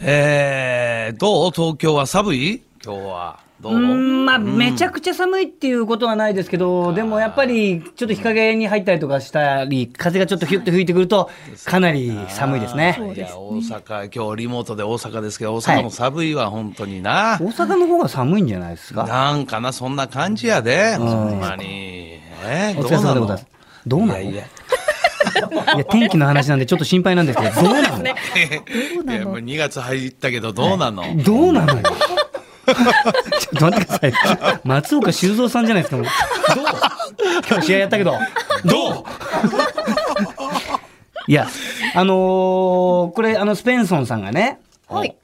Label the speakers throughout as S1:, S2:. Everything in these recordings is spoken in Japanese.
S1: えー、どう東京は寒い今日は。どう
S2: うんまあ、めちゃくちゃ寒いっていうことはないですけど、でもやっぱりちょっと日陰に入ったりとかしたり、風がちょっとヒュッと吹いてくると、かなり寒いですね。
S1: いや、大阪、今日リモートで大阪ですけど、大阪も寒いわ、本当にな
S2: 大。阪の方が寒いんじゃないですか。
S1: なんかな、そんな感じやで、ほんまに。えー、
S2: お
S1: ど
S2: 疲
S1: う
S2: れ様
S1: なの
S2: でございます。どうなの
S1: い
S2: い
S1: やいや
S2: や、天気の話なんでちょっと心配なんですけ ど、どうな の
S1: いやもう2月入ったけど、どうなの、
S2: どうなのよ。ちょっと待ってください。松岡修造さんじゃないですか、もう。どう今日試合やったけど。
S1: どう
S2: いや、あのーこれ、あの、スペンソンさんがね、
S3: はい。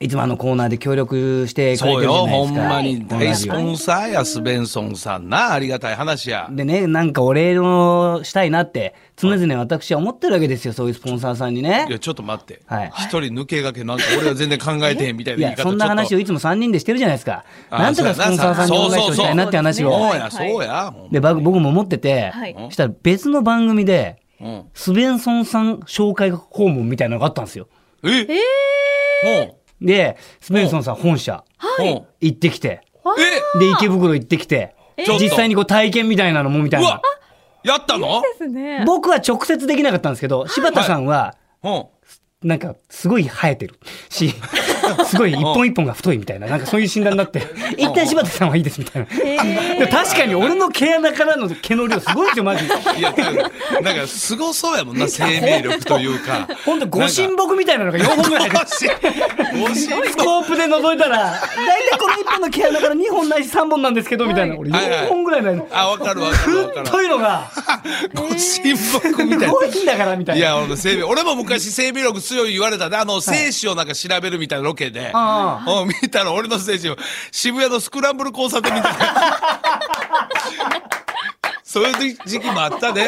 S2: いつもあのコーナーで協力して
S1: そ
S2: くれて
S1: う
S2: るじゃ
S1: よ、
S2: ない
S1: ほ
S2: です
S1: ん
S2: か。
S1: まに
S2: このラジオ
S1: 大スポンサーや、スベンソンさんな、ありがたい話や。
S2: でね、なんかお礼をしたいなって、常々私は思ってるわけですよ、そういうスポンサーさんにね
S1: い。や、ちょっと待って、一、
S2: はい
S1: 人抜けがけ、なんか俺は全然考えてへんみたい
S2: い
S1: な言い
S2: や、
S1: 方
S2: そんな話
S1: ちょ
S2: を
S1: っ
S2: いつも3人でしてるじゃないですか。
S1: あ
S2: なんとかスポンサーさんにお願いしてほしたいなって話
S1: と
S3: そう
S2: を。
S1: そうや、そうや、ほんま
S2: で、僕僕も思ってて
S3: はい、
S2: そしたら別の番組で、
S1: うん、
S2: スベンソンさん紹介訪問みたいなのがあったんですよ。
S1: ええも
S2: で、スベンソンさん本社
S1: う、も
S2: 行ってきて、
S1: う、え
S2: で、池袋行ってきて、
S1: ちょっと
S2: 実際にこう体験みたいなのもみたいうな
S1: わ。やったの
S3: です ね。
S2: 僕は直接できなかったんですけど、柴田さんは、
S1: うん
S2: なんか、すごい生えてるし、すごい一本一本が太いみたいな、なんかそういう診断になって、一旦柴田さんはいいですみたいな。でも確かに俺の毛穴からの毛の量すごいですよ、マジで。
S1: いや、なんかなんか、すごそうやもんな、生命力というか。
S2: ほんと、ご神木みたいなのが4本ぐらい入ってる。
S1: ごし
S2: スコープで覗いたら、大体この1本の毛穴から2本ないし3本なんですけど、みたいな。俺
S1: はいはい
S2: 4本ぐらいないの。
S1: あ、わかるわかるわかる。
S2: 太いのが、
S1: ご神木みたい
S2: す
S1: な。
S2: ごいんだから、みたい
S1: い
S2: な。
S1: や、俺も生命、俺も昔生命力強い言われたで、あの、精子をなんか調べるみたいなロケで、
S2: あ
S1: うん見たら俺の精子を渋谷のスクランブル交差点みたいな。そういう時期もあったね。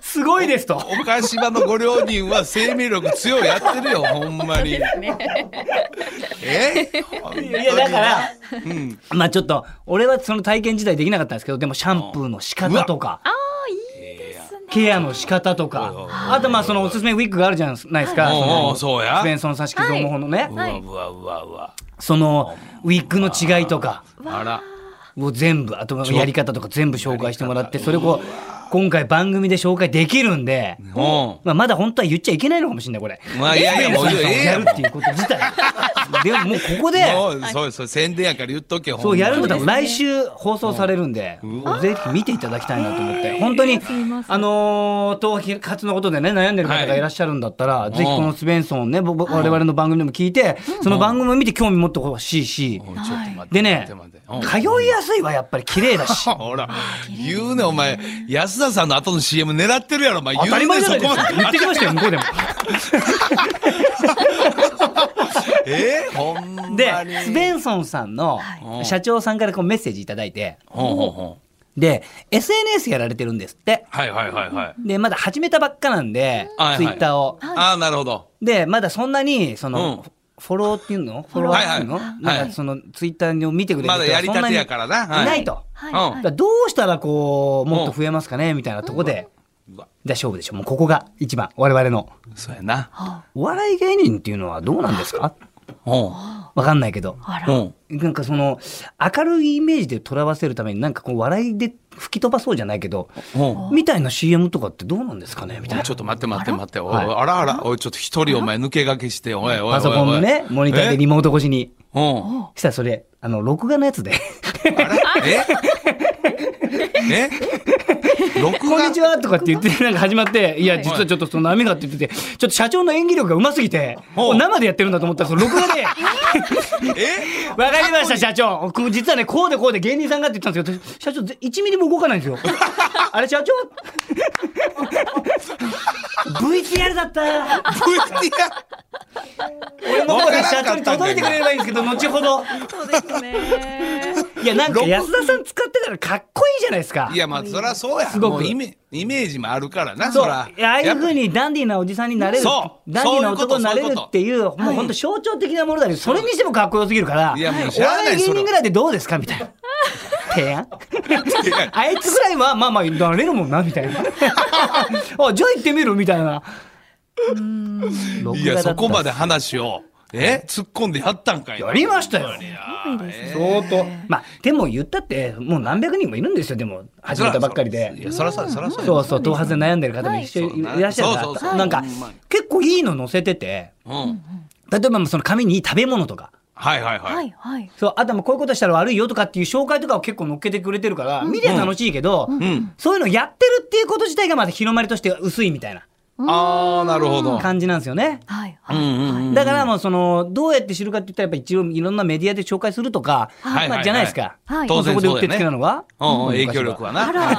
S2: すごいですと。
S1: 岡島のご両人は生命力強いやって るよ、ほんまに。え
S2: いやだから、まあちょっと俺はその体験自体できなかったんですけどでもシャンプーの仕方とかケアの仕方と
S1: おいお
S2: か
S1: い
S2: あとまあそのおすすめウィッグがあるじゃないですか
S1: おう
S2: そ
S1: お
S2: の
S1: うそうや
S2: スベンソン挿し木造模法のね
S1: うわうわうわうわ。
S2: そのウィッグの違いとか
S1: あら。
S2: を全部あとやり方とか全部紹介してもらってそれをこう今回番組で紹介できるんで。
S1: うん。
S2: まあ、まだ本当は言っちゃいけないのかもしれない、これ。
S1: まあいやいやもういいよええ
S2: や
S1: や
S2: る
S1: ん
S2: っていうこと 自体。でももうここで、
S1: もうそうそう宣伝やから言っとけほんま
S2: そうやるんだった
S1: だ
S2: ら来週放送されるんで、ぜひ見ていただきたいなと思って、本当に、あのー、頭髪のことでね、悩んでる方がいらっしゃるんだったら、ぜひこのスベンソンね、僕我々の番組でも聞いて、その番組を見て興味持ってほしい
S1: ち
S2: し、
S1: ょっと待って
S2: でね
S1: 待って待って、
S2: 通いやすいわ、やっぱり綺麗だし。
S1: ほら言うねお前安田さんの後の CM 狙ってるやろお前
S2: 当たり前じゃないです
S1: 言うね
S2: か。
S1: そこ
S2: 言ってきましたよ、向こうでも。
S1: ま でえー、ほんまに
S2: で、スベンソンさんの社長さんからこうメッセージいただいて、
S1: ほんほんほん
S2: で、SNS やられてるんですって。
S1: はいはいはいはい
S2: で、まだ始めたばっかなんで、
S1: はいはい
S2: ツイッターを。
S1: ああなるほど
S2: でまだそんなにその、
S1: う
S2: フォローっていうのフォロワーっていうの、
S1: はいはい
S2: なん
S1: は
S2: か
S1: い
S2: そのツイッターを見てくれる
S1: まだ
S2: 人
S1: や
S2: が
S1: り
S2: そん
S1: た
S2: な
S1: て
S2: に
S1: やからな、
S2: いないと、
S3: は
S1: う
S3: い
S1: ん
S2: だからどうしたらこうもっと増えますかねみたいなとこで、
S1: うわ
S2: じゃあ勝負でしょもうここが一番我々の
S1: そうやな
S2: お笑い芸人っていうのはどうなんですか
S1: ほん
S2: わかんないけど
S3: あら。
S1: ほん
S2: なんかその明るいイメージでとらわせるためになんかこう笑いで吹き飛ばそうじゃないけど
S1: ほん
S2: みたいな CM とかってどうなんですかねみたいな
S1: ちょっと待って待って待っておい
S2: はい
S1: あらあらおいちょっと一人お前抜け駆けしておいおいおいおい
S2: パソコンのねモニターでリモート越しに
S1: えうん
S2: したらそれあの録画のやつで
S1: あれええ録
S2: こん
S1: 画
S2: にちはとかって言ってなんか始まって、いや、実はちょっとその波があって言ってて、ちょっと社長の演技力がうますぎて、
S1: ほう
S2: 生でやってるんだと思ったら、その録画で、
S1: え
S2: わかりました、社長。こう実はね、こうでこうで芸人さんがって言ったんですけど、社長、1ミリも動かないん ですよ。あれ、社 長 ?VTR だった俺の方で社長に届いてくれればいいんですけど、後ほど。
S3: そうですね。
S2: いや、なんか安田さん使ってたらかっこいいじゃないですか
S1: い。やまあそりゃそうや
S2: すごく
S1: もうイメイメージもあるからな
S2: そ
S1: そうら
S2: いやああいうふう
S1: やっ
S2: にダンディーなおじさんになれる
S1: そう
S2: ダンディーな男になれ
S1: そうい
S2: る
S1: うこと
S2: っていうもう本当象徴的なものだけどそれにしてもかっこよすぎるから
S1: いやもう
S2: お
S1: しゃあない
S2: 笑い芸
S1: それ
S2: 人
S1: は
S2: ぐらいでどうですかみた いな提案あいつぐらいはまあまあなれるもんなみた いなあじゃあ行ってみるみたいな
S1: ぱいやそこまで話をえ突っ込んでやったんかい
S2: やりましたよ
S1: いや
S3: いですね
S1: えー
S2: 相当まあでも言ったってもう何百人もいるんですよでも始めたばっかり
S1: い
S2: で
S1: やそらそうそらそうや
S2: そうそう頭髪で悩んでる方も一緒
S1: そう
S2: にい
S1: な
S2: らっしゃる
S1: そうそう
S2: か
S1: そ
S2: ら
S1: う
S2: なんか
S1: うんまい
S2: 結構いいの載せてて
S1: うん
S2: 例えばその紙に食べ物とか
S1: はいはいはい、
S3: はいはい。
S2: そうあとはもうこういうことしたら悪いよとかっていう紹介とかを結構載っけてくれてるから見て楽しいけど
S1: うん
S2: そういうのやってるっていうこと自体がまだ広まりとして薄いみたいな
S1: ああなるほど
S2: 感じなんですよね。
S3: はい
S1: うん
S3: はい。
S1: うんうん
S2: だからもうそのどうやって知るかって言ったらやっぱ一応いろんなメディアで紹介するとか、
S1: はい
S2: まあ、じゃないですか。
S3: はい
S1: 当
S2: そ
S1: 然
S2: こで
S1: そう
S2: うっ
S1: だよ
S2: てつけな
S1: ね
S2: のが、
S1: うんうん
S2: 昔
S1: 影響力はな
S3: あ
S1: い
S3: ら、
S1: や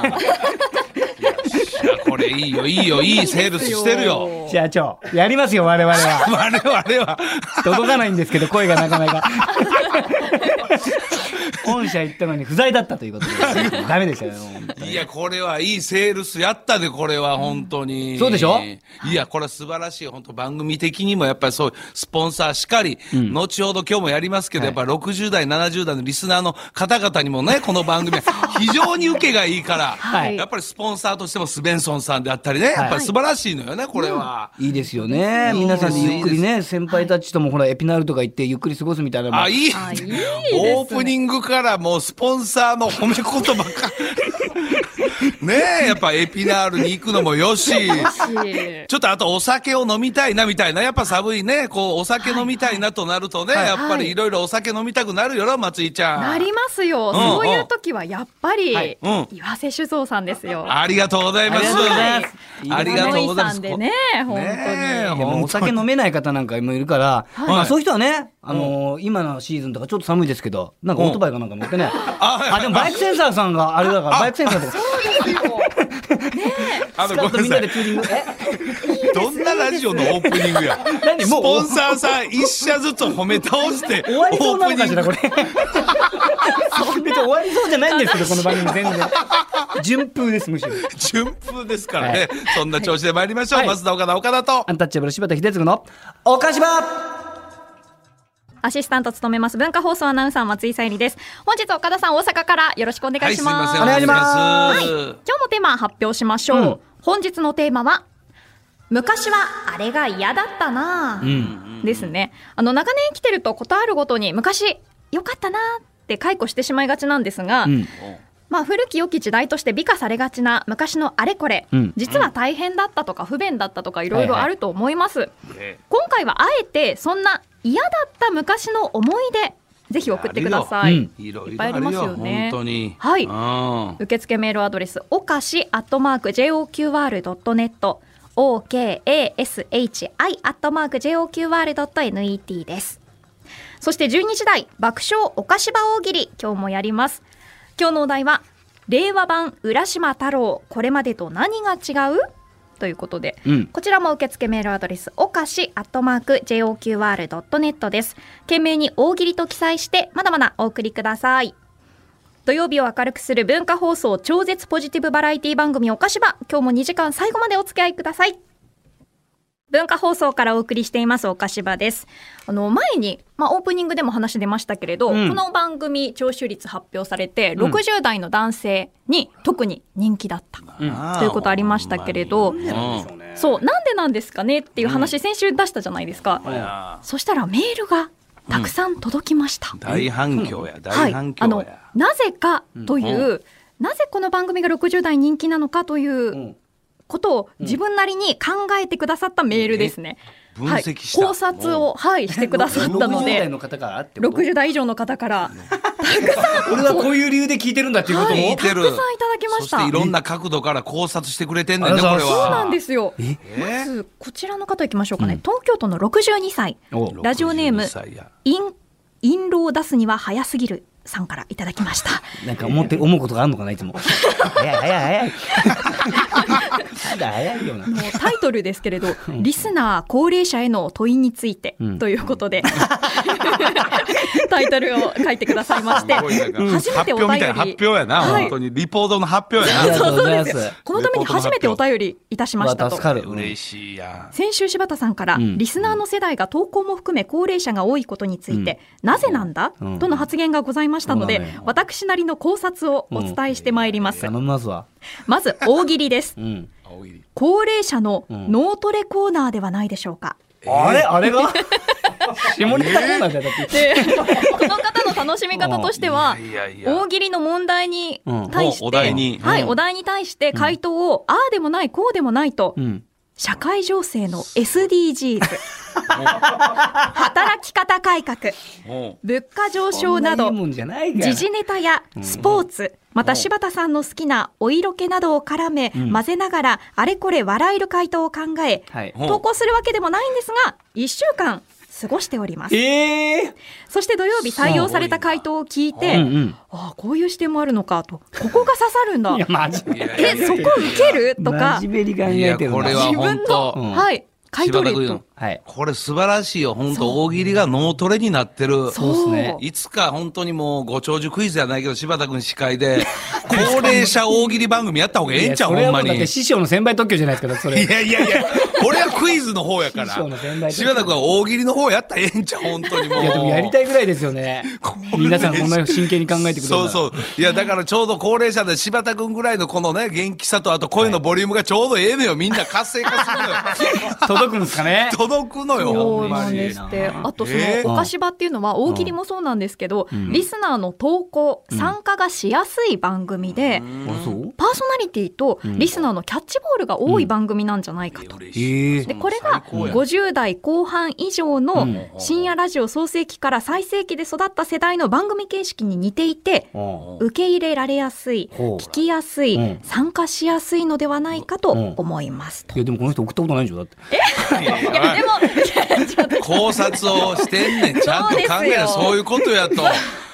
S1: これいいよいいよいいセールス してるよ
S2: 社長やりますよ我々は
S1: 我々は
S2: 届かないんですけど声がなかなか 本社行ったのに不在だったということでダメでしたよ本当に
S1: いやこれはいいセールスやったでこれは本当に、
S2: そうでしょ
S1: いやこれは素晴らしい本当番組的にもやっぱりそうスポンサーしかり、後ほど今日もやりますけど、
S2: はい
S1: やっぱ60代70代のリスナーの方々にもねこの番 組は非常に受けがいいから、
S2: はい
S1: やっぱりスポンサーとしてもスベンソンさんであったりね、やっぱり素晴らしいのよねこれは。
S2: いいですよね皆さんでゆっくりね先輩たちともほらエピナールとか行ってゆっくり過ごすみたいなのも
S1: あいい
S3: あいいですね
S1: オープニングからもうスポンサーの褒め言葉かねえやっぱエピナールに行くのもよし ちょっとあとお酒を飲みたいなみたいなやっぱ寒いねこうお酒飲みたいなとなるとね、
S2: はい
S1: やっぱりいろいろお酒飲みたくなるよな松井ちゃん。
S3: なりますよ。
S1: うんうん
S3: そういう時はやっぱり
S1: うん
S3: 岩瀬酒造さんですよ。
S1: ありがとうございます。
S2: あり
S1: ありがとうございま
S3: 物言さん
S1: す。
S3: でね、本
S1: ねえ
S2: いやまあお酒飲めない方なんかもいるから、
S1: い
S2: まあ、そういう人はね、あのー今のシーズンとかちょっと寒いですけどなんかオートバイかなんか乗ってね、
S1: あ
S2: あでもバイクセンサーさんがあれだからバイクセンサーとか
S1: あ
S2: ス
S1: の
S2: カ
S1: ご
S2: ッと
S1: め
S2: み
S1: ん
S2: んな
S1: な
S2: で
S1: さい
S2: ツーリングえ
S1: どんなラジオのオープニングや
S2: 何
S1: ス
S2: もう
S1: ポンサーさん一社ずつ褒め倒して
S2: 終わり そうなのかしら
S1: オー
S2: これ別に終わりそうじゃないんですけどこの番組全然順風ですむしろ
S1: 順風ですからね、そんな調子で参りましょう、
S2: はい
S1: 松田岡田岡田と
S2: アンタッチャブル柴田秀嗣の「おかしば
S3: アシスタント務めます文化放送アナウンサー松井さゆりです。本日岡田さん大阪からよろしくお願いします。
S2: お願いしま
S1: はいすいませんお願いします
S3: 今日のテーマ発表しましょう、
S2: うん
S3: 本日のテーマは昔はあれが嫌だったなあ、ですねあの長年生きてるとことあるごとに昔良かったなあって解雇してしまいがちなんですが、
S2: うん
S3: まあ、古き良き時代として美化されがちな昔のあれこれ、
S2: うん
S3: 実は大変だったとか不便だったとかいろいろあると思います、
S1: ね
S3: 今回はあえてそんな嫌だった昔の思い出ぜひ送ってくださ
S2: い
S3: い、
S2: やあるよ
S1: いろ
S3: い
S1: い
S3: っ
S1: ろ
S3: ぱいあ
S1: ある
S3: ります
S1: よ
S3: よね
S1: 本当に
S3: はい
S1: うん
S3: 受付メールアドレスおかし @joqr.net okashi アットマーク joqr.net です。そして12時台爆笑おかしば大喜利今日もやります。今日のお題は令和版浦島太郎これまでと何が違うということで、
S2: うん
S3: こちらも受付メールアドレスおかしアットマーク joqr.net です。懸命に大喜利と記載してまだまだお送りください。土曜日を明るくする文化放送超絶ポジティブバラエティ番組おかしば今日も2時間最後までお付き合いください文化放送からお送りしていますおかしばですあの前にまあオープニングでも話出ましたけれど、
S2: うん
S3: この番組聴取率発表されて、
S2: うん
S3: 60代の男性に特に人気だった、ということありましたけれど
S1: うん
S3: そうなんでなんですかねっていう話、
S1: う
S3: 先週出したじゃないですか、
S1: いや
S3: そしたらメールがたくさん届きました、
S1: 大反響や
S3: は
S1: 大
S3: い、あ
S1: 反響
S3: の
S1: や
S3: なぜかという、
S1: う
S3: なぜこの番組が60代に人気なのかということを自分なりに考えてくださったメールですね。
S1: 分
S3: はい、
S1: 析した
S3: 考察を、はい、してくださったの
S2: 60代
S3: で
S2: の方からってこと
S3: 60代以上の方から
S2: 俺はこういう理由で聞いてるんだっていうことも、
S1: 聞
S3: はいい、
S1: て
S3: た
S1: る
S3: くさんいただきま
S1: そ
S3: し
S1: したていろんな角度から考察してくれてんねんね
S2: あ
S1: これ
S2: ら
S1: は
S2: そう
S3: そうなんですよま
S1: え
S3: ずこちらの方いきましょうかね、東京都の62歳
S2: お
S1: ー
S3: ラジオネーム
S1: 62歳や
S3: イン印籠を出すには早すぎるさんからいただきました
S2: なんか思って思うことがあるのかないつも早い早い早いまだ早いよな
S3: もうタイトルです けれど、リスナー高齢者への問いについて
S2: うん
S3: ということで、タイトルを書いてくださいまして、
S1: すごいなんか
S3: 初めて
S1: 発
S3: お便
S1: 表み
S3: り
S1: たいな発表やな、
S3: はい
S1: 本当にリポートの発表や
S2: あり
S1: な
S2: がとうございます
S3: そうですよこのために初めてお便りいたしました
S2: まあ
S3: と
S2: 助。かる
S1: 嬉しいや
S3: 先週柴田さんから、
S2: うん
S3: リスナーの世代が投稿も含め高齢者が多いことについて、なぜなんだ、
S2: うん
S3: との発言がございましたので、
S2: そうだね
S3: 私なりの考察をお伝えしてまいります、
S2: 頼みますわ
S3: まず大喜利です
S2: うん
S1: ん大喜利
S3: 高齢者の
S2: うん
S3: 脳トレコーナーではないでしょうか、
S2: あれあれが下ネタコーナーじゃんだって。
S3: でこの方の楽しみ方としてはい
S1: やいやいや
S3: 大喜利の問題に
S2: うん
S3: 対して、
S1: おお題に
S3: はい、
S1: うん
S3: お題に対して回答を、ああでもないこうでもないと、
S2: ん。
S3: 社会情勢の SDGs 働き方改革
S1: おう
S3: 物価上昇など
S2: そんいいもんじゃないから
S3: 時事ネタやスポーツ、また柴田さんの好きなお色気などを絡め、
S2: うん
S3: 混ぜながらあれこれ笑える回答を考え、
S2: はい。
S1: ほう
S3: 投稿するわけでもないんですが1週間過ごしております
S2: ええ
S3: そして土曜日採用された回答を聞いて、
S2: うんうん。
S3: ああこういう視点もあるのかとここが刺さるんだ
S2: いや、マジ
S1: いやいや
S3: え
S1: いや
S3: そこ受けるとか
S2: 真面目に考
S1: い
S2: え
S1: や
S2: てるな。
S1: これは
S3: 自分
S1: 本当
S2: う
S3: の、
S2: ん
S3: はい回答
S1: 柴田君
S3: 例
S1: の
S3: と
S2: はい。
S1: これ素晴らしいよ本当大喜利が脳トレになってる
S2: そうですね
S1: いつか本当にもうご長寿クイズじゃないけど柴田君司会で 高齢者大喜利番組やった方がええんちゃう
S2: い
S1: ほん
S2: やそれはも
S1: ま
S2: うだっ
S1: に
S2: て師匠の先輩特許じゃないですか、だってそ
S1: い
S2: れ。
S1: やいやいや、俺はクイズの方やか
S2: 師匠の先
S1: ら。
S2: 輩
S1: 柴田君は大喜利の方やったらええんちゃう、本当にもう。
S2: いや、でもやりたいぐらいですよね。皆さん、こんな真剣に考えてくれる
S1: そう
S2: う。
S1: そう。いや、だからちょうど高齢者で柴田君ぐらいのこのね、元気さと、あと声のボリュームがちょうどええのよ。みんな活性化するの よ。
S2: 届くんですか ね
S1: 届くのよ、
S3: そ
S1: ほ
S3: うん
S1: ま
S3: なんで
S1: に
S3: す。ってあとそ
S1: え
S3: の
S2: ー
S3: お菓子場っていうのは大喜利もそうなんですけど、
S2: ん
S3: リスナーの投稿参加がしやすい番組で、
S2: あ、そう
S3: パーソナリティとリスナーのキャッチボールが多い番組なんじゃないかと。
S1: ええ
S3: でこれが50代後半以上
S2: う
S3: の
S2: ん
S3: 深夜ラジオ創世期から最盛期で育った世代の番組形式に似ていて
S2: うん
S3: 受け入れられやすい
S2: ほう
S3: 聞きやすい、
S2: うん
S3: 参加しやすいのではないかと
S2: うん
S3: 思いますと。
S2: いや、でもこの人送ったことないでしょ、だって。
S3: い やでもいやちょっと
S1: 考察をしてんねん。ちゃんと考え
S3: そうで
S1: な、
S3: すよ
S1: そういうことやと。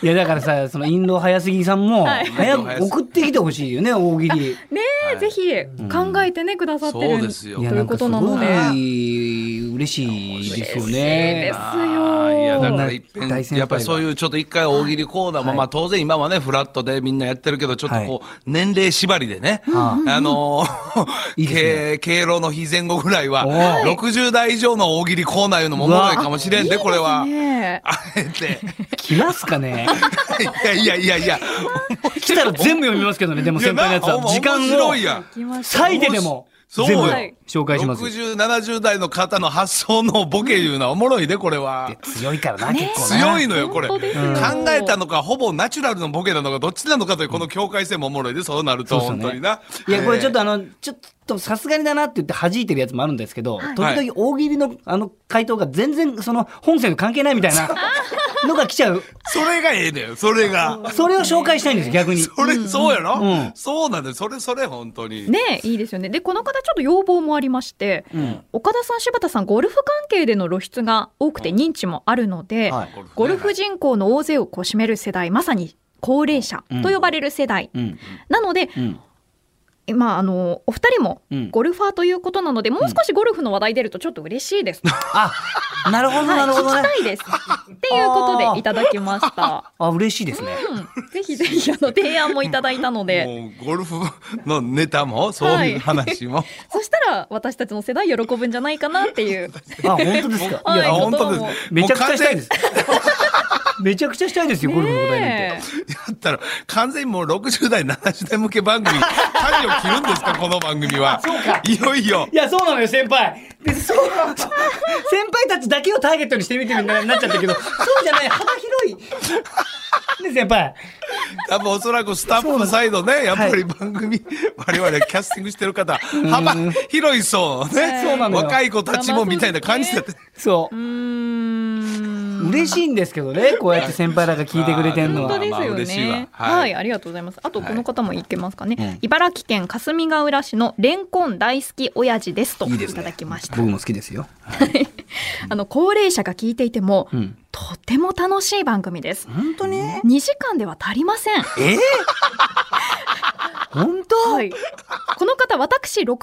S2: いや、だからさ、その、インド早すぎさんも、
S3: はい
S2: 早く送ってきてほしいよね、大喜利。
S3: ね
S1: は
S3: え、
S1: い
S3: ぜひ考えてね、くださってる
S1: そうですよ
S2: いや、
S3: とい
S2: な
S3: うんこ
S2: かす
S3: と
S2: ご
S3: なので。
S2: い嬉しいですよ
S3: で
S2: ね
S3: す。
S1: あーいやだ
S3: よ。
S1: から一
S2: こんな
S1: 遍
S2: 大先輩が
S1: やっぱりそういうちょっと一回大喜利コーナーも、
S2: はい
S1: まあ当然今はねフラットでみんなやってるけどちょっとこう、年齢縛りでね、
S2: は
S1: あのー
S2: いいです
S1: け
S2: ね
S1: 敬老の日前後ぐらいは
S2: おー
S1: 60代以上の大喜利コーナーいうのもおもろいかもしれんでこれは。
S3: ね
S1: あえて
S2: 来ますかね
S1: いやいやいやいや
S2: 来たら全部読みますけどね、でも先輩のやつ
S1: いや
S2: は。
S1: な
S2: 時間
S1: 面白い
S2: を、
S1: やん
S3: え。行きましょ
S2: 割いてでも、
S1: そう
S2: 全
S1: よ
S2: 部
S3: はい
S2: 紹介しますよ。
S1: 6070代の方の発想のボケいうのはおもろいでこれは。
S2: 強いからな、
S3: ね
S2: 結構な。
S1: 強いのよこれ考
S3: 本当ですよ
S1: えたのかほぼナチュラルのボケなのかどっちなのかというこの境界線もおもろいでそうなると
S2: そう
S1: 本
S2: ですよね
S1: 当にな、
S2: いや、これちょっ
S1: と
S2: とあの、ちょっとさすがにだなって言って弾いてるやつもあるんですけど、時
S1: はい
S2: 々大喜利のあの回答が全然その本線と関係ないみたいなのが来ちゃう。
S1: それがええのよそれが
S2: それを紹介したいんです、逆に。
S1: それそうやろ、
S2: うん
S1: そうなんだよそれそれ本当に
S3: う。ねえいいですよね。で、この方ちょっと要望もありまして、
S2: うん
S3: 岡田さん、柴田さん、ゴルフ関係での露出が多くて認知もあるので、
S2: はい
S3: ゴルフ人口の大勢をこう占める世代、まさに高齢者と呼ばれる世代。
S2: うん。
S3: なので、
S2: うん。
S3: まあ、あの、お二人も
S2: うん
S3: ゴルファーということなので、もう少しゴルフの話題出るとちょっと嬉しいです。
S2: あ、なるほど、 なるほど
S3: 聞き
S2: ね
S3: た。いです。っていうことでいただきました。
S2: あ、嬉しいですね。
S3: うん、ぜひぜひあの提案もいただいた ので、
S1: もうゴルフのネタもそういう話 も、
S3: そしたら私たちの世代喜ぶんじゃないかなっ ていう。
S2: あ、本当ですか。い
S3: はい
S2: や、
S1: 本当です
S3: どうも
S2: めちゃくちゃしたいです
S1: もう完。
S2: めちゃくちゃしたいですよ、ゴルフの答えなん
S3: ね
S2: て。
S1: 全にやったら完全にもう60代70代向け番組舵を切るんですかこの番組は
S2: そうか
S1: いよいよ
S2: いや、そうなのよ、先輩。で、そう、先輩たちだけをターゲットにしてみてるななっちゃったけど、そうじゃない、幅広い。ね、先輩。
S1: 多分おそらくスタッフのサイドね、やっぱり番組、我々キャスティングしてる方、幅広い層のね、
S2: そうなのよ
S1: 若い子たちもみたいな感じだった。
S2: そう
S3: ー。ん。
S2: 嬉しいんですけどね、こうやって先輩らが聞いてくれてんの
S3: 本当
S2: は。
S3: です
S1: まあ
S3: よ
S1: 嬉しいわ
S3: ね。
S1: はい
S3: はい、ありがとうございます。あとこの方もいけますかね。茨城県霞ヶ浦市のレンコン大好き親父ですといただきました。
S2: 僕も好きですよ。
S3: あの高齢者が聞いていても、
S2: ん
S3: とても楽しい番組です。
S2: 本当に
S3: 2時間では足りません。
S2: えー本当
S3: はい、この方私64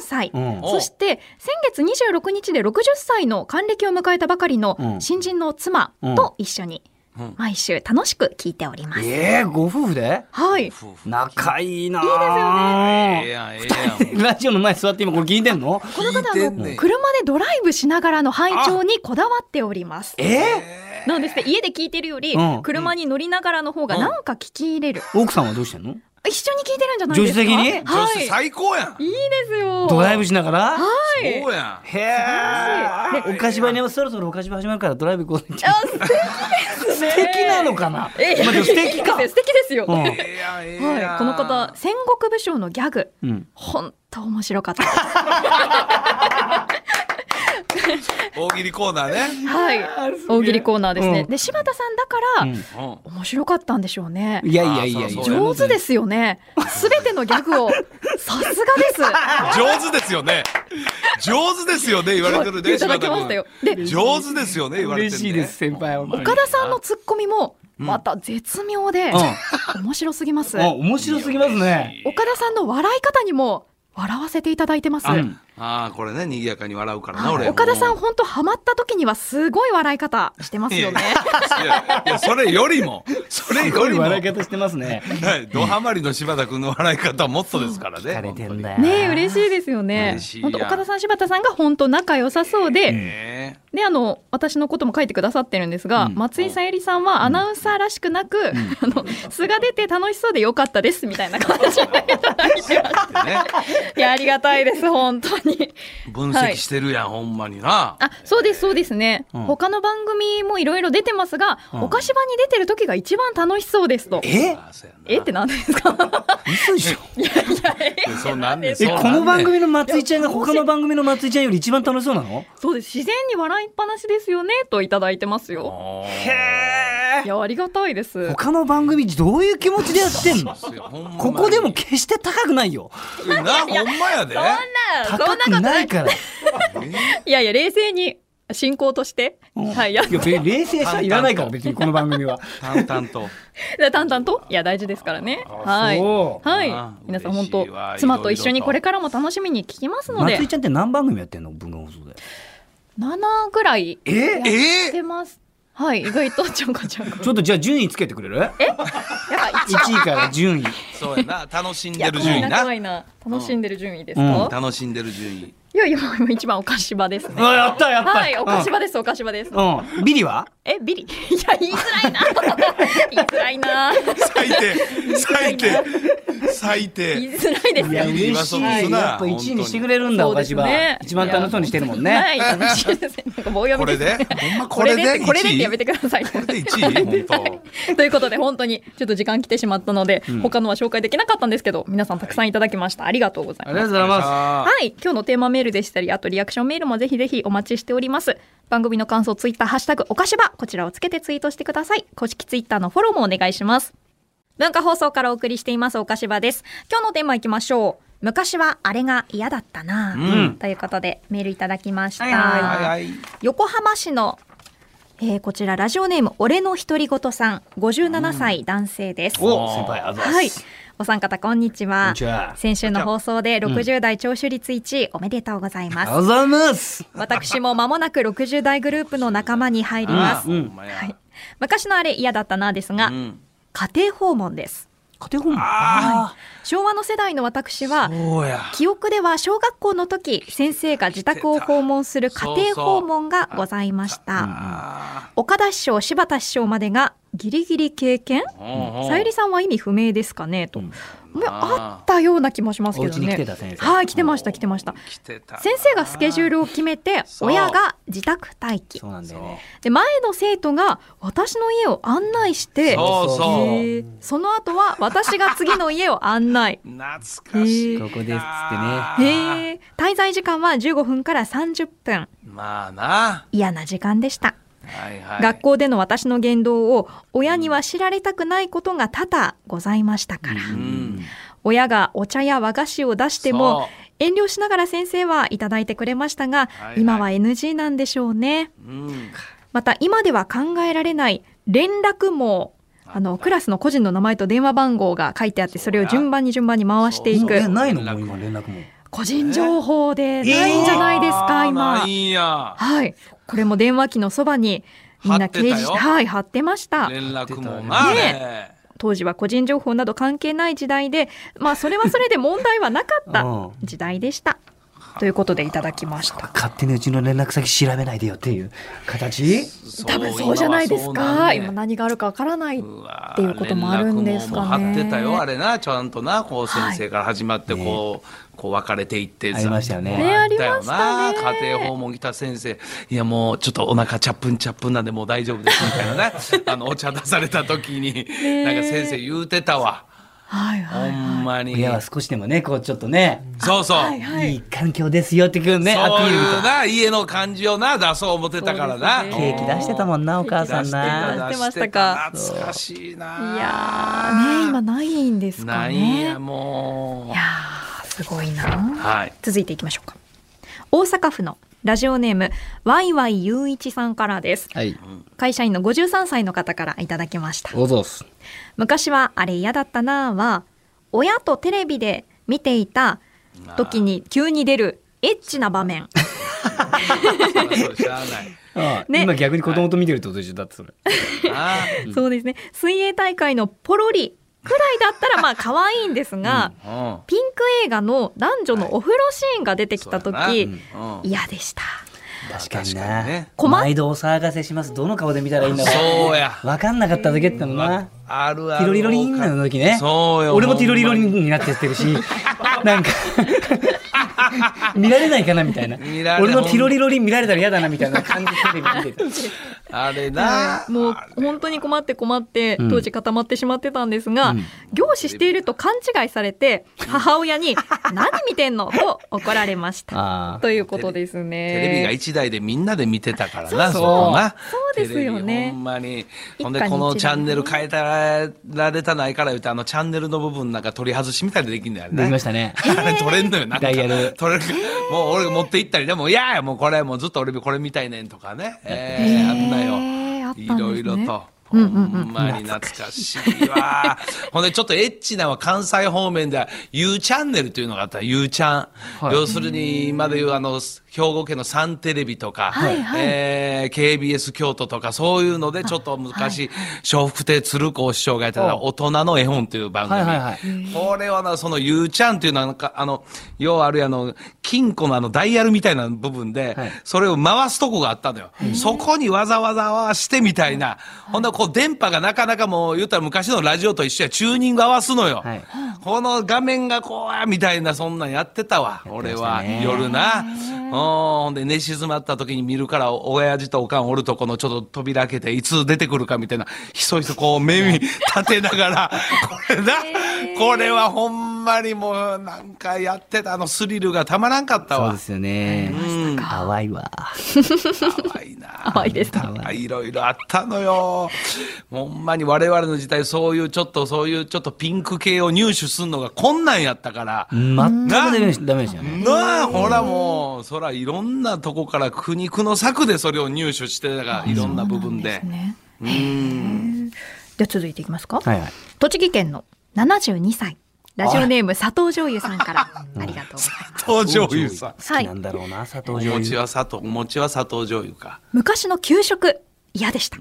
S3: 歳、
S2: うん
S3: そして先月26日で60歳の還暦を迎えたばかり
S2: う
S3: の
S2: ん
S3: 新人の妻と一緒に
S1: うん
S3: 毎週楽しく聞いております。
S2: えー、ご夫婦で
S3: はい、
S2: 仲いいなぁ
S1: ええやん、ええやん。
S2: ラジオの前座って今これ聞いてんの
S3: この方あ
S1: 聞いて
S3: の
S1: んねん
S3: 車でドライブしながらの拝聴にこだわっております。
S2: えー
S3: なんですって家で聞いてるより
S2: うん
S3: 車に乗りながらの方がなんか聞き入れる。
S2: 奥さんはどうしてんの
S3: 一緒に聞いてるんじゃないですか
S2: 助手席に
S1: 女
S3: は
S1: 子
S3: い
S1: 最高やん。
S3: いいですよ
S2: ドライブしながら
S3: はい
S1: そうやん。
S2: へえお菓子場にそろそろお菓子場始まるからドライブ行こう ね
S3: あ素敵ですね
S2: 素敵なのかな
S3: え
S2: まあでも素敵か
S3: いいです素敵ですよ、
S2: うん
S3: は
S1: ええやんええやん
S3: い、この方戦国武将のギャグ
S2: うん
S3: 本当面白かったです
S1: 大喜利コーナーね。
S3: はい
S2: すげえ
S3: 大喜利コーナーですね、
S2: うん
S3: で柴田さんだか
S2: う
S3: ら、
S1: う
S2: ん
S1: ん。
S3: 面白かったんでしょうね
S2: いやいやいやいや
S1: あーそうそう
S3: 上手ですよねすべてのギャグをさす がです
S1: 上手ですよね。上手ですよね言われてるね。
S3: いただきましたよで
S1: 柴田君上手ですよね言われてる、ね。
S2: 嬉しいです先輩お前
S3: 岡田さんのツッコミもまた絶妙で、面白すぎます
S2: あ面白すぎますね
S3: 岡田さんの笑い方にも笑わせていただいてます、
S2: あ
S1: ああこれね賑やかに笑うからな
S3: はい
S1: 俺。
S3: 岡田さん本当ハマった時にはすごい笑い方してますよね
S1: いいやいやそれよりもそれ
S2: す
S1: よ
S2: ご
S1: り
S2: い
S1: も。
S2: 笑い方してますね
S1: はい、ドハマりの柴田君の笑い方はもっとですからね。
S2: 疲れてんだよ
S3: ねえ嬉しいですよね
S1: 嬉しいや
S3: 本当岡田さん柴田さんが本当仲良さそうで、
S1: ね
S3: であの私のことも書いてくださってるんですが、
S2: うん
S3: 松井さゆりさんはアナウンサーらしくなく、あの素が出て楽しそうでよかったですみたいな 感じでいただいてま
S1: えね
S3: すいやありがたいです本当に
S1: 分析してるやん、ほんまにな。
S3: あそうですそうですね、
S2: うん
S3: 他の番組もいろいろ出てますが、
S2: うん
S3: お菓子場に出てる時が一番楽しそうですと
S2: え
S1: あそうやな
S3: えってなんですか
S2: 嘘でしょ
S1: いやそうなんで
S2: え
S1: そうなん
S2: こ
S1: で
S2: の番組の松井ちゃんが他の番組の松井ちゃんより一番楽しそうなの
S3: そうです自然に笑いっぱなしですよねといただいてますよいやありがたいです
S2: 他の番組どういう気持ちでやってんのここでも
S1: け
S2: 決して高くないよ
S1: なほんまやで
S3: そんなそ
S2: 高
S3: ん
S2: く
S3: なことな
S2: ないいから
S3: いやいや冷静に進行として、はいや
S2: いや別に冷静さいらないから別にこの番組は
S1: 淡々と
S3: で淡々といや大事ですからね はい
S2: そう
S3: は
S1: あ
S3: い
S1: ー
S3: 皆さん
S1: 嬉
S3: 本
S1: しいわ
S3: 当妻と一緒
S1: いろい
S3: に
S1: ろと
S3: これからも楽しみに聞きますので
S2: 松井ちゃんって何番組やってんの文化放送で
S3: 7ぐらい
S2: え
S3: やってますはい意外とちゃんこちゃんこ
S2: ちょっとじゃあ順位つけてくれるえ
S3: やっぱ一
S2: 1位から順位
S1: そうやな楽しん
S3: い
S1: で
S3: や
S1: る順位
S3: 仲が
S1: ない
S3: な楽しんでる順位です
S2: うん
S3: か、
S1: 楽しんでる順位
S3: いやいや今一番お菓子場ですね
S2: あやったやった
S3: はいお菓子場ですお菓子場です
S2: うんうんビリは
S3: えビリ いや言いづらいな言いづらいな
S1: 最低最低最
S3: 言い
S1: 低
S3: づらいですよ
S1: や嬉しい
S2: やっぱ1位にしてくれるんだお
S3: そうで
S2: 菓
S3: す
S2: 子場
S3: ね
S2: 一番楽しそうにしてるもん
S3: いや
S2: ね
S3: はい楽しいですねなんか棒読み
S1: これです
S3: ね
S1: ほんま
S3: こ
S1: こ
S3: れ
S1: れ
S3: で
S1: で
S3: これでっ
S1: 1
S3: て
S1: 位
S3: やめてください。
S1: これで1位本
S3: ということで本当にちょっと時間来てしまったので、
S2: ん
S3: 他のは紹介できなかったんですけど皆さんたくさんいただきましたありがとうござ
S2: あ
S3: い
S2: りがと
S3: ま
S1: 当
S2: うござい
S3: す。
S2: ま
S1: さあ
S3: はい今日のテーマメールでしたりあとリアクションメールもぜひぜひお待ちしております番組の感想ツイッターハッシュタグおかしばこちらをつけてツイートしてください公式ツイッターのフォローもお願いします文化放送からお送りしていますおかしばです今日のテーマいきましょう昔はあれが嫌だったな、
S1: うん
S3: ということでメールいただきました、
S2: はいはいは
S1: はいはい
S3: 横浜市の、えーこちらラジオネーム俺の独り言さん57歳男性です、
S2: すお先輩あざっす
S3: はいお三方こんにち
S2: こん
S3: は
S2: にちは
S3: 先週の放送で60代聴取率1位おめでとうございます、
S2: あざます
S3: 私も間もなく60代グループの仲間に入ります、
S1: うんほんまや
S3: はい、昔のあれ嫌だったなですが、
S1: うん
S3: 家庭訪問です
S2: 家庭訪問
S1: あ
S3: 昭和の世代の私は
S1: そうや
S3: 記憶では小学校の時先生が自宅を訪問する家庭訪問がございました
S1: あ
S3: 岡田師匠柴田師匠までがギリギリ経験
S1: ーうんうん
S3: さゆりさんは意味不明ですかねと、
S2: うん
S3: まああったような気もしますけど
S2: お家に来て
S3: ね
S2: た先生
S3: はい来てました来てました
S1: 来てたな
S3: 先生がスケジュールを決めて
S1: そう
S3: 親が自宅待機
S2: そうなんだよね
S3: で前の生徒が私の家を案内して
S1: そう
S2: そう
S1: そう
S3: へーその後は私が次の家を案内
S1: 懐かしいな
S2: ここですっつってね
S3: へえ滞在時間は15分から30分
S1: まあな
S3: 嫌な時間でした
S1: はいはい
S3: 学校での私の言動を親には知られたくないことが多々ございましたから、
S1: うん
S3: 親がお茶や和菓子を出しても
S1: そ
S3: 遠慮しながら先生はいただいてくれました
S1: は
S3: が、
S1: いはい
S3: 今は NG なんでしょうね
S1: ううん
S3: また今では考えられない連絡網あのクラスの個人の名前と電話番号が書いてあってそれを順番に順番に回してい
S2: もう
S3: く
S2: えないのもう今連絡も
S3: 個人情報でないんじゃないですか
S1: あー
S3: 今
S1: ないんや
S3: はいこれも電話機のそばにみんな掲
S1: 貼
S3: 示し
S1: ってたよ
S3: はい貼ってました
S1: 連絡もな
S3: ね
S1: ね
S3: 当時は個人情報など関係ない時代でまあそれはそれで問題はなかった
S2: うん
S3: 時代でしたということでいただきました。
S2: 勝手にうちの連絡先調べないでよっていう形
S3: 多分そうじゃないですか。今何があるかわからないっていうこともあるんですか
S1: 貼
S3: ね。
S1: ってたよあれなちゃんとなこう先生から始まってこう、こう別れていって
S2: ありましたよね
S1: こうあったよ
S3: ねあ
S1: な、
S3: りましたね
S1: 家庭訪問来た先生いやもうちょっとお腹チャップンチャップンなんでもう大丈夫ですみたいな ねあのお茶出された時になんか先生言うてたわ
S3: はいは
S1: ほ
S3: い。
S1: んまに
S2: 親は少しでもねこうちょっとね、
S1: そうそう、
S3: はいはい
S2: い、い環境ですよっていうねアピ
S1: そう
S2: ールみ
S1: いう
S2: たいな
S1: な家の感じをな出そう思ってたからな、
S3: そうです
S2: ケ
S3: ね
S2: ーキ出してたもんなお母さんな
S3: 出してましたか
S1: 懐かしいない
S3: やーね今ないんですか
S1: ないん
S3: ね
S1: や。も
S3: いうやーすごいな。
S1: はい
S3: 続いていきましょうか。大阪府のラジオネームワイワイゆういちさんからです。
S2: はい
S3: 会社員の53歳の方からいただきました。
S2: おぞっす
S3: 昔はあれ嫌だったなぁは親とテレビで見ていた時に急に出るエッチな場面
S1: そりゃそうしゃあない
S2: ああ
S3: ね
S2: 今逆に子供と見てるってことでしょだってそれ
S1: な
S3: そうですね水泳大会のポロリくらいだったらまあ可愛いんですが、
S1: うん
S3: ピンク映画の男女のお風呂シーンが出てきた時、
S1: はいうん
S3: 嫌でした
S2: 確かに
S1: 確か
S2: な
S1: にね
S3: 困っ
S2: 毎度お騒がせしますどの顔で見たらいいんだろ
S1: そうや
S2: 分かんなかっただけってのな
S1: あるある
S2: ティロリロリンの時ね
S1: そうよ
S2: 俺もティロリロリンになってってるしなんか見られないかなみたいな
S1: 見られ
S2: 俺のティロリロリン見られたら嫌だなみたいな感じでテレビ見てた
S1: あれな
S3: もう本当に困って困って
S2: ん
S3: 当時固まってしまってたんですが、凝視していると勘違いされて母 親に「何見てんの?」と怒られました
S2: あ
S3: ということですね。
S1: テレビが一台でみんなで見てたからな、
S2: そうそう
S1: そこな。
S3: そうですよね
S1: テレビほんまに。
S3: 一
S1: ほ
S3: 家に一台
S1: んで、このチャンネル変えられたないから言うて、あのチャンネルの部分なんか取り外しみたいでできんだよ
S2: あで
S1: ね。
S2: きましたね
S1: あれ取れんのよ、なんか。
S2: ダイヤル
S1: 取れるもう俺持って行ったり、でも、いやいや、もうこれ、もうずっと俺これ見たいねんとかね。え
S3: へ
S1: え
S3: ー
S1: あんな
S3: あ
S1: よ。
S3: っ
S1: い
S3: たんですね
S1: ろいろと。ほ
S3: うんうんんうん
S1: まに懐かしいわ。ほんで、ちょっとエッチなのは関西方面では、ゆうチャンネルというのがあった、ゆうちゃん。
S2: はい
S1: 要するに、今でいう、あの、兵庫県のサンテレビとか、
S3: はいはい
S1: えー KBS 京都とか、そういうので、ちょっと昔、笑福亭鶴光師匠がやってた、
S2: お
S1: 大人の絵本という番組。
S2: はいはいはい
S1: これはな、そのゆうちゃんっていうのは、なんか、あの、ようあるやの、金庫のあの、ダイヤルみたいな部分で、
S2: はい
S1: それを回すとこがあったのよ。そこにわざわざ合わしてみたいな。ほんで、こう、電波がなかなかもう、言ったら昔のラジオと一緒や、チューニング合わすのよ。
S2: はい
S1: この画面がこうや、みたいな、そんなんやってたわ。俺は、夜な。うんほんで、寝静まった時に見るから、親父とおかんおるとこのちょっと扉開けて、いつ出てくるかみたいな、ひそひそこう、目見立てながら、 これな、これはほんまにもう、なんかやってた、あのスリルがたまらんかった
S2: そう
S1: わ
S2: で。すよね
S1: うん
S2: 淡いわ
S1: 淡いな。
S3: 淡いですね
S1: 淡いいろいろあったのよ。ほんまに我々の時代、そういうちょっと、そういうちょっとピンク系を入手するのが困難やったから。
S2: 全くダメでしダメでしたよね
S1: なあ、ほらもう、そらいろんなとこから苦肉の策でそれを入手してたから、いろんな部分で。
S3: ね
S1: うん。
S3: じゃあ続いていきますか、
S2: はいはい
S3: 栃木県の72歳ラジオネーム佐藤醤油さんから ありがとうございます
S1: 佐藤醤油さん。
S2: 好きなんだろうな佐藤
S1: お
S2: 醤
S1: 餅
S2: 油
S1: は砂糖、お餅は砂糖醤油か。
S3: 昔の給食嫌でした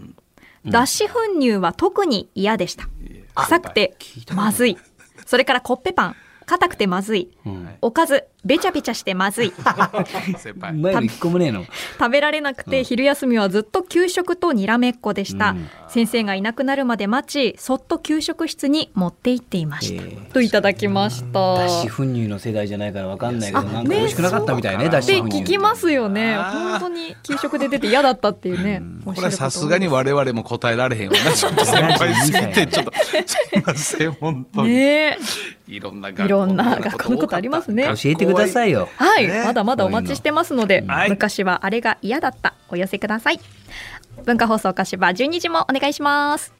S3: 脱脂粉乳は特に嫌でした臭くてまずいそれからコッペパン硬くてまずい、おかずべちゃべちゃしてまずい
S1: 先輩。
S2: 前より一個もねえの
S3: 食べられなくて昼休みはずっと給食とにらめっこでした、
S2: うん
S3: 先生がいなくなるまで待ちそっと給食室に持って行っていました、
S2: えー
S3: といただきました
S2: 脱脂粉乳の世代じゃないからわかんないけど
S3: あ
S2: なんか美味しくなかったみたいね
S1: ね
S2: 脱
S3: で
S2: 脂粉乳
S3: 聞きますよね
S1: あー
S3: 本当に給食で出て嫌だったっていうねおっ
S1: こ
S3: し
S1: れ
S3: ゃる
S1: は
S3: こ
S1: さ
S3: と
S1: すがに我々も答えられへんわな。ちょっと先輩すぎて、ちょっと、すいません、本当に。
S3: ねえ
S1: いろんな学校
S3: いろんな学校のことありますね
S2: 教えてくださいよ
S3: はい、
S1: ね
S3: まだまだお待ちしてますので、
S1: はい
S3: 昔はあれが嫌だったお寄せください文化放送かしば12時もお願いします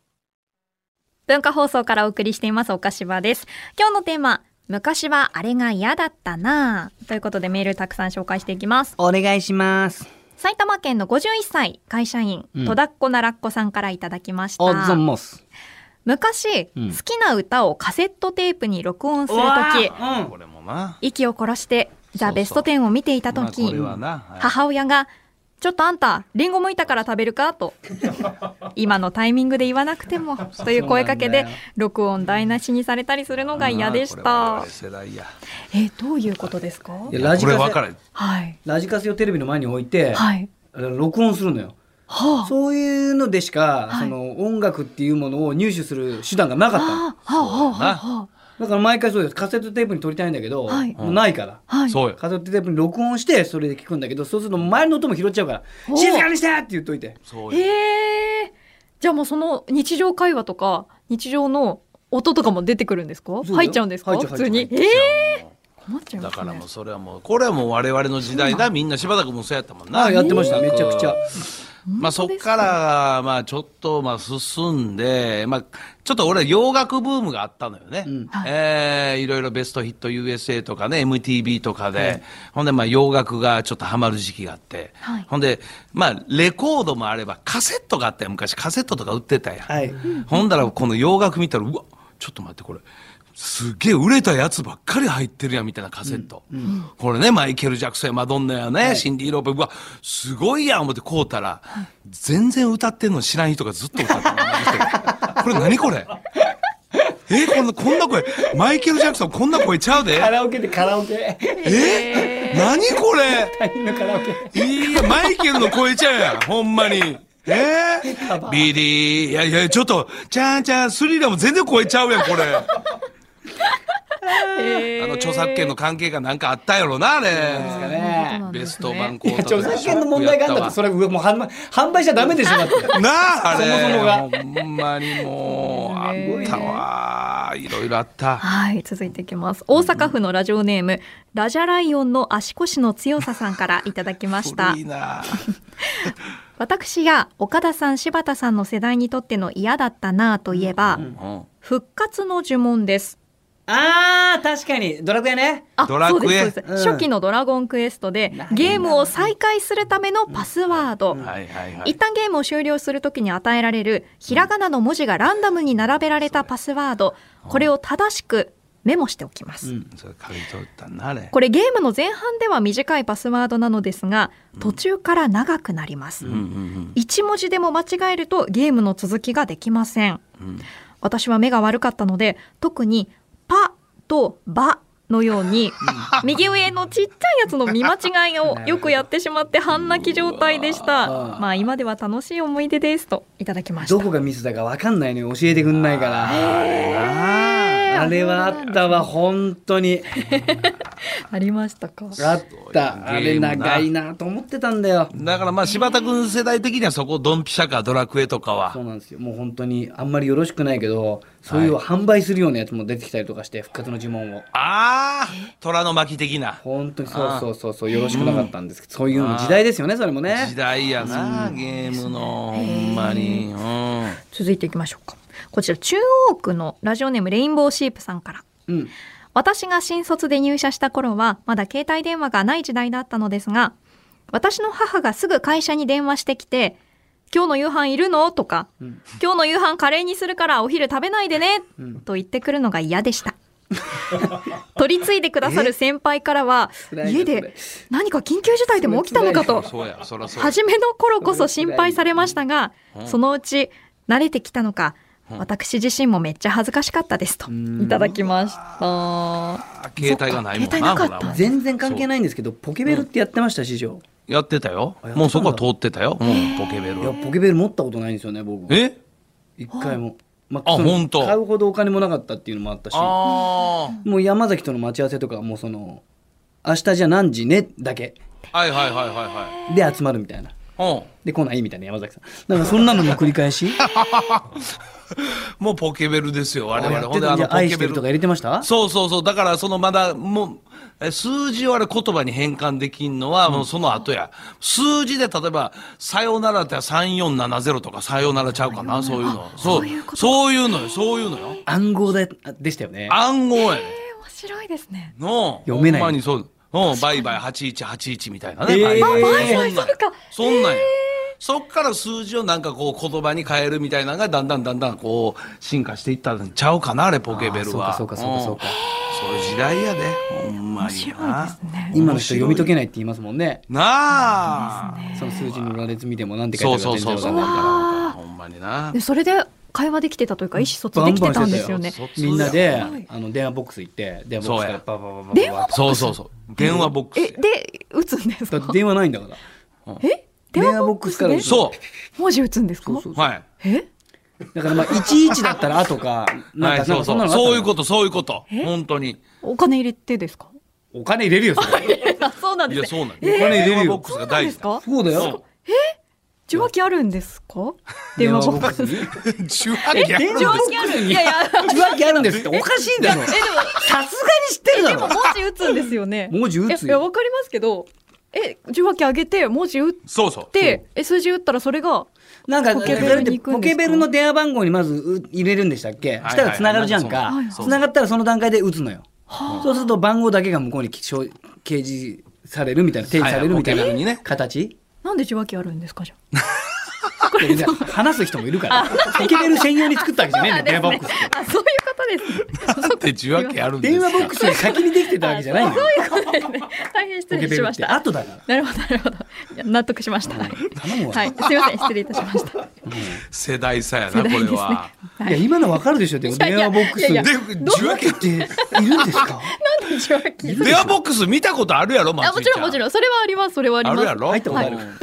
S3: 文化放送からお送りしていますおかしばです今日のテーマ昔はあれが嫌だったなあということでメールたくさん紹介していきます
S2: お願いします
S3: 埼玉県の51歳会社員、
S2: うん
S3: 戸田っ子ならっこさんからいただきました
S2: おざんます
S3: 昔、
S2: うん
S3: 好きな歌をカセットテープに録音するとき
S2: うん
S1: これもな。
S3: 息を殺して「ザ・
S1: そうそう
S3: ベストテンを見ていた
S1: まあ
S3: 時
S1: これはなはい
S3: 母親が「ちょっとあんた、リンゴ剥いたから食べるか と。今のタイミングで言わなくても、という声かけで、録音台無しにされたりするのが嫌でし
S1: あーこれ我
S3: た
S1: 々。世代や
S3: え、どういうことですか
S2: いやラジ
S1: これ分
S2: カ
S1: か
S2: セ
S1: る
S3: はい。
S2: ラジカセをテレビの前に置いて、
S3: はい。
S2: あの録音するのよ。
S3: はあ。
S2: そういうのでしか、
S3: は
S2: そ
S3: い
S2: の音楽っていうものを入手する手段がなかったの
S3: はあ、はあ、はあ、は
S2: だから毎回そうですカセットテープに撮りたいんだけど、
S3: はい
S2: もうないから。
S3: あ。はい。
S1: そうよ
S2: カセットテープに録音してそれで聞くんだけどそうすると周りの音も拾っちゃうから「
S3: お
S2: 静かにして!」って言っといて
S1: そうよ
S3: ええじゃあもうその日常会話とか日常の音とかも出てくるんですか
S2: うだよ
S3: 入っちゃうんですか
S2: 入っちゃう
S3: 普通に
S2: 入っ
S3: ええ困っちゃい
S1: だ
S3: ます
S1: から
S3: ね
S1: もうそれはもうこれはもう我々の時代だみんな柴田君もそうやったもんな
S2: あやってましためちゃくちゃ
S1: まあそっからまあちょっとまあ進んでまあちょっと俺は洋楽ブームがあったのよね、
S3: はい
S1: えーいろいろベストヒット USA とかね MTV とかで、ほんでまあ洋楽がちょっとハマる時期があって、
S3: はい
S1: ほんでまあレコードもあればカセットがあったよ昔カセットとか売ってたやん、
S2: はい
S1: ほんだらこの洋楽見たらうわちょっと待ってこれすげえ売れたやつばっかり入ってるやんみたいなカセット、これねマイケル・ジャクソンやマドンナやね、シンディ・ローペうわすごいやん思ってこうたら、全然歌ってんの知らん人がずっと歌ってる これ何これえこんなこんな声マイケル・ジャクソンこんな声ちゃうで
S2: カラオケでカラオケ
S1: え何これ
S2: 他人のカラオケ
S1: いいや、マイケルの声ちゃうやん、ほんまに。えー、ビリー、いやいや、ちょっと、ちゃんちゃん、スリラーも全然声ちゃうやん、これ。あの、著作権の関係がなんかあったやろな、あれ。
S2: ね
S1: ベスト
S3: 版
S1: 版コー
S2: 著作権の問題があんだとそれうわもう販売販売しちゃダメでしょだって
S1: なあ、あれ。
S2: そもそも
S1: ほんまにもう、あったわ。いろいろあった。
S3: はい続いていきます大阪府のラジオネームラジャライオンの足腰の強ささんからいただきました
S1: 古いな。
S3: 私や岡田さん柴田さんの世代にとっての嫌だったなぁといえば、
S1: うん
S3: 復活の呪文です
S2: あー確かにドラクエね
S3: あ
S1: ドラクエ
S3: そうですそうで
S2: う
S3: す
S2: ん
S3: 初期の「ドラゴンクエストで」ゲームを再開するためのパスワード、
S1: はいはいはい
S3: 一。旦ゲームを終了するときに与えられるひらがなの文字がランダムに並べられたパスワードこれを正しくメモしておきます、
S1: それ、書いとったな、あれ。
S3: これゲームの前半では短いパスワードなのですが途中から長くなります、
S1: うんうん
S3: 一文字でも間違えるとゲームの続きができません
S1: うんうん。
S3: 私は目が悪かったので特に「パ」と「バ」のように右上のちっちゃいやつの見間違いをよくやってしまって半泣き状態でした
S2: うわ
S3: まあ今では楽しい思い出ですといただきました
S2: どこがミスだか分かんないのよ教えてくんないから
S3: えー
S2: あれはあったわ本当に
S3: ありましたか
S2: あったあれ
S1: ゲームな
S2: 長いなと思ってたんだよ
S1: だからまあ柴田君世代的にはそこドンピシャかドラクエとか
S2: そ
S1: は
S2: うなんですよもう本当にあんまりよろしくないけどそういう販売するようなやつも出てきたりとかして復活の呪文を
S1: ああ虎の巻的な
S2: 本当にそうそうそうそうよろしくなかったんですけどそういうの時代ですよねそれも
S1: 時
S2: ね
S1: 代やなゲームのほんまにうん
S3: 続いていきましょうかこちら中央区のラジオネームレインボーシープさんから
S2: うん
S3: 私が新卒で入社した頃はまだ携帯電話がない時代だったのですが私の母がすぐ会社に電話してきて「今日の夕飯いるの?」とか、今日の夕飯カレーにするからお昼食べないでね」と言ってくるのが嫌 でした。取り次いでくださる先輩からは
S2: 辛いなそ
S3: 家
S2: れ
S3: で何か緊急事態でも起きたのかと
S1: そうやそらそうや
S3: 初めの頃こそ心配されましたが、
S1: うん
S3: そのうち慣れてきたのか、
S1: うん
S3: 私自身もめっちゃ恥ずかしかったですと
S2: ん
S3: いただきました。
S1: 携帯がないもん
S3: そ
S1: なほ
S3: っか携帯なかった
S1: らもう
S2: 全然関係ないんですけどポケベルってやってました師匠
S1: やってたよ
S2: あやってたんだ
S1: もうそこは通ってたようんポケベ
S2: いや
S1: ル
S2: ポケベル持ったことないんですよね僕
S1: え
S2: 一回もま
S1: あ
S2: その
S1: 本当
S2: 買うほどお金もなかったっていうのもあったし
S1: あ
S2: もう山崎との待ち合わせとかはもうその明日じゃ何時ねだけ
S1: あはいはいはいは
S2: で集まるみたいな
S1: は
S2: い
S1: いうん
S2: で来ないみたいな山崎さんなんかそんなのの繰り返し
S1: もうポケベルですよ我
S2: や
S1: 々
S2: っ
S1: ほ
S2: て
S1: んで
S2: た
S1: あ
S2: じ
S1: の
S2: ゃあ
S1: ポ
S2: 愛
S1: ケ
S2: して
S1: ベ
S2: ると
S1: ル
S2: か入れてました
S1: そうそうそう。だから、そのまだ、もう、え数字をあれ言葉に変換できんのは、もうその後や。数字で、例えば、さよならって3470とか、さよならちゃうかな、そういうの。そう、そういうのよ、そういうのよ。
S2: 暗号ででしたよね
S1: 暗号やね
S3: 面白いですね。
S1: の
S2: 読めない
S1: ほんまにそう。うん、バイバイ8181みたいなね。
S2: えー
S1: バイバイそ
S2: あ
S1: んなん。そんなんや。そっから数字をなんかこう言葉に変えるみたいなのがだんだんだんだんこう進化していったんちゃうかなあれポケベルは
S2: あーそうかそうかそうかそうか
S1: うんそういう時代やでほんまにな
S2: 今の人読み解けないって言いますもんね
S1: なあ、
S2: その数字の羅列見てもなんて書
S1: そ
S2: いうてあ
S1: そ
S2: る
S1: うそうそう
S2: か全然わかんない
S1: わほんまにな
S4: でそれで会話できてたというか意思疎通できてたんですよね
S1: バンバンしてたよ
S2: みんな
S4: す
S2: で
S4: ごい
S2: あの電話ボックス行って電話ボックスからパパパパパパ
S4: 電話
S1: そうそうそう電話ボック
S4: え
S1: ス
S4: で打つんです
S2: だ
S4: か
S2: って電話ないんだから
S4: え電話ボックス
S2: 電
S4: で
S2: 話ボックス
S1: そ
S4: 文字打つんですか
S1: うはい
S4: え
S2: だからまあ11だったら「あ」とかな
S1: は
S2: ん
S1: い、
S2: かな
S1: そ
S2: ん
S1: う
S2: か
S1: そ
S2: んな
S1: う。
S2: のあったの
S1: そういうこと、そういうこと。本当に。
S4: お金入れてですか
S2: お金入れるよそれ
S4: あ そうなん
S1: い
S4: で
S1: や、
S4: すね
S1: そうなん
S2: えー
S1: お金入れるよ。ボックス
S4: そ
S1: が
S4: うなん
S1: 大
S4: で
S1: 事
S4: す
S1: だ。
S4: か
S2: そうだよ
S4: 受話器あるんですか電話ボッ クス
S2: に
S1: 受話器あるん
S2: 電
S1: です
S2: 話
S1: か
S2: ボックスに
S4: いやいや
S2: 受話器あるんですっておかしいだろ
S4: えでも
S2: さすがに知ってるだ
S4: でも
S2: ろ
S4: 文字打つんですよね
S2: 文字打つ
S4: いやいや
S2: よ
S4: わかりますけどえ受話器上げて文字打っ
S1: そうそう。
S4: てえ数字打ったらそれが
S2: なんか
S4: ポ
S2: ポ
S4: ケベ
S2: ケベ
S4: ル
S2: ル
S4: に行くんですか
S2: の電話番号にまずう入れるんでしたっけ
S1: はい
S2: したら繋がるじゃんか
S1: はい
S2: 繋がったらその段階で打つのよ
S4: は
S2: そうすると番号だけが向こうに記帳掲示されるみたいな定義されるみたい
S1: はいはいポケベルにね
S2: な形
S4: なんで受話器あるんですかじゃ
S2: いやいや話す人もいるからポケベル専用に作ったわけじゃねえんだよ電話ボックスって
S4: ああそういうことですね
S1: なんで受話器あるんで
S2: 電
S1: すか
S2: 話ボックスより先にできてたわけじゃないのよ
S4: 大変失
S2: ポケ
S4: 礼
S2: ベ
S4: し
S2: ル
S4: ま
S2: っ
S4: してた
S2: 後だから
S4: なるほどなるほどいや納得しましたはい
S2: 頼むわ、
S4: はいすみません失礼いたしま した
S1: 世代差やな、これ
S4: 世代ですね
S1: は。
S2: い、や今のわかるでしょでも
S4: いやい
S2: 電
S4: や
S2: 話ボックス
S4: いやいや
S1: で、受話器
S2: っている んですか
S4: 受話器
S1: 電話ボックス見たことあるやろ、松
S4: あ
S1: 井
S4: もちろんもち
S1: ん。
S4: ろんそれはありますそれはあり
S1: あ
S4: ます
S1: るやろ
S2: 入ったことある、
S1: うん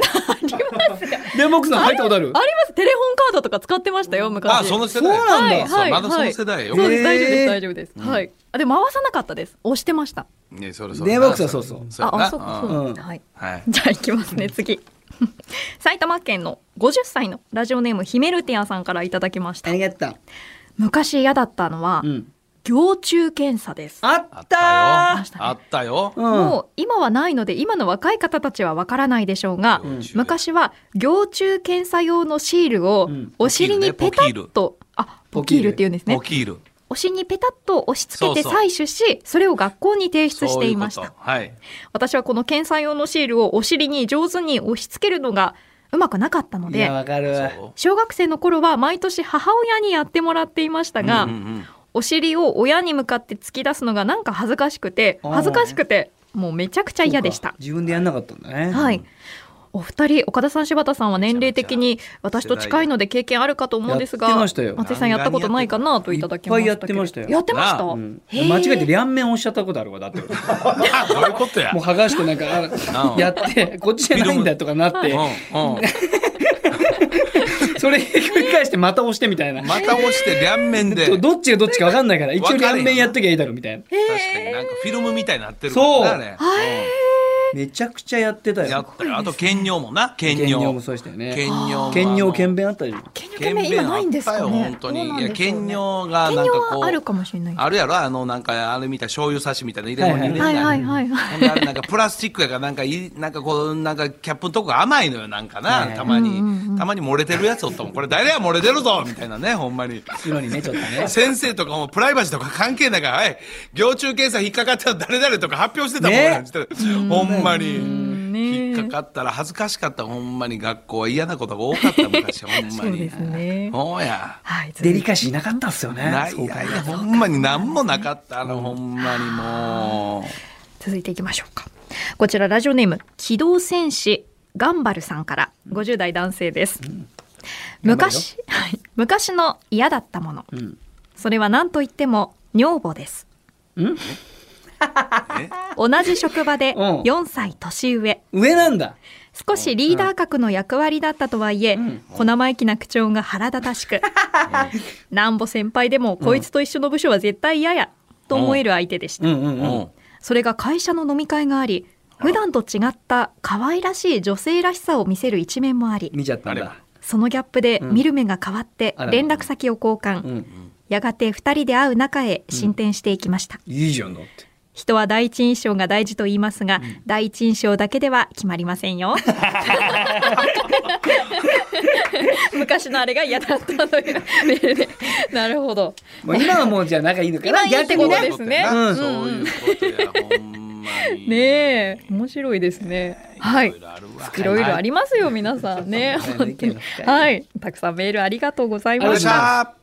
S2: 電話ボックスの入った ことある
S4: ありますテレホンカードとか使ってましたよ昔
S1: あ、その世代。
S2: そうなんだ
S1: そうまだその世代よ。
S4: そうです
S2: へー
S4: 大丈夫です大丈夫です、はいあでも回さなかったです押してました
S1: ね、そろそろ。
S2: 電話ボックスはそうそう
S1: やな
S4: ああそうかそううん
S2: うん
S4: はい
S1: はい。
S3: じゃあ行きますね次 埼玉県の50歳のラジオネームヒメルティアさんからいただきました
S2: ありがと
S3: 昔嫌だったのは、
S2: う、うん、
S3: 行中検査です
S2: あっ
S1: あったた
S2: ー
S1: よ。あったよ。
S2: うん
S3: もう今はないので今の若い方たちはわからないでしょうが、
S1: うん
S3: 昔は行中検査用のシールを
S2: ん
S3: お尻にペタッと、あポキールっていうんですね
S1: 起きる。
S3: お尻にペタッと押し付けて
S1: そうそう
S3: 採取しそれを学校に提出し
S1: そう
S3: て
S1: い
S3: いう
S1: こ
S3: ました
S1: と。はい。
S3: 私はこの検査用のシールをお尻に上手に押し付けるのがうまくなかったの
S2: いや
S3: で
S2: わかる
S1: そう
S3: 小学生の頃は毎年母親にやってもらっていましたが、
S1: うんうんうん
S3: お尻を親に向かって突き出すのがなんか恥ずかしくて恥ずかしくてもうめちゃくちゃ嫌でし
S2: そう
S3: た
S2: か。自分でやんなかったんだね
S3: はい。お二人、岡田さん、柴田さんは年齢的に私と近いので経験あるかと思うんですが、
S2: やってましたよ
S3: 松井さんやったことないかなといただきま
S2: いっぱ
S3: したけど。
S2: いやってましたよ
S3: やってました。
S1: なあ
S2: うん
S3: へー
S2: 間違えて両面押しちゃったことあるわだって 俺
S1: あどういうことや
S2: もう。剥がしてなんか
S1: う
S2: あ
S1: ん
S2: やってこっちじゃないんだとかなって
S1: うんうん。
S2: それひっくり返してまた押してみたいな
S1: また押して両面で
S2: そうどっちがどっちか分かんないから一応
S1: 分かれへん
S2: 両面やっときゃいいだろみたいな
S1: 確かになんかフィルムみたいになってるもんな
S2: そ
S1: あ
S2: う
S1: れ
S2: めちゃくちゃやってた
S1: うんやっ
S2: よ
S1: たよあと兼尿もな兼
S2: 兼
S1: 尿
S2: 尿もそうでしたよね
S1: 兼尿も
S2: 兼尿兼便あったり
S4: 権利検明今ないんですか
S1: あったよ本
S4: ね
S1: 当に
S4: どうないん
S1: や
S4: でしょうね
S1: 兼尿が
S4: 兼
S1: なん
S4: 用
S1: かこ
S4: はある
S1: う
S4: かもしれない
S1: あるやろあのなんかあれみたい醤油差しみたいな入れ物に入れ
S4: はいは
S1: ないい
S4: はいはい
S1: ほんであれなんかプラスチックやからなんかいなんかこうなんかキャップのとこが甘いのよなんか
S2: はい
S1: な
S2: はい
S1: たまにたまに漏れてるやつおったもんこれ誰や漏れてるぞみたいなねほんまに
S2: 白にねちょっとね
S1: 先生とかもプライバシーとか関係ないから、はい、行中検査引っかかったら誰々とか発表してたもん、俺
S2: ね
S1: ほんまに、
S4: ね
S1: 引っかかったら恥ずかしかったほんまに学校は嫌なことが多かった昔ほんまに
S4: そうですね
S1: そうや
S4: はい続
S2: デ
S4: いて
S2: リカシーなかったっすよね
S1: ない
S2: そう考
S1: な
S2: え
S1: い
S2: る
S1: ほんまに何もなかったの、ほんまにも
S3: 続いていきましょうか。こちら、ラジオネーム、機動戦士ガンバルさんから、50代男性です。昔、はい昔の嫌だったもの。
S2: ん
S3: それは何と言っても、女房です。
S1: え
S3: 同じ職場で
S2: うん
S3: 4歳年上。
S2: 上なんだ
S3: 少しリーダー格の役割だったとはいえ、小生意気な口調が腹立た しく、なんぼ先輩でもこいつと一緒の部署は絶対嫌や、と思える相手でした。
S2: うんう
S1: う、
S2: ん
S1: う
S2: うん
S1: ん、
S3: それが会社の飲み会があり、普段と違った可愛らしい女性らしさを見せる一面もあり、
S2: 見ちゃったん
S1: あ
S2: だ
S3: そのギャップで見る目が変わって
S2: あら
S3: 連絡先を交
S2: う
S3: 換、
S2: ん
S3: やがて二人で会う仲へ進展していきました。
S2: いいじゃんだって
S3: 人は第一印象が大事と言いますが、第一印象だけでは決まりませ んよ。昔のあれが嫌だったというメールで。なるほど。
S2: もう今はもうじゃあ仲いいのかな
S3: 今いいって
S2: 逆
S3: こ
S2: に
S3: と
S2: ね
S3: ですね
S1: そううんそういうことやほんまに
S3: ねえ面白いですねはい
S1: いろいろあるわ
S3: いろいろありますよ皆さん
S2: は
S3: ね
S2: い
S3: 本当にはいたくさんメールありがとうござい
S1: ありがとうご
S3: ま
S1: ざいま
S3: し
S1: したた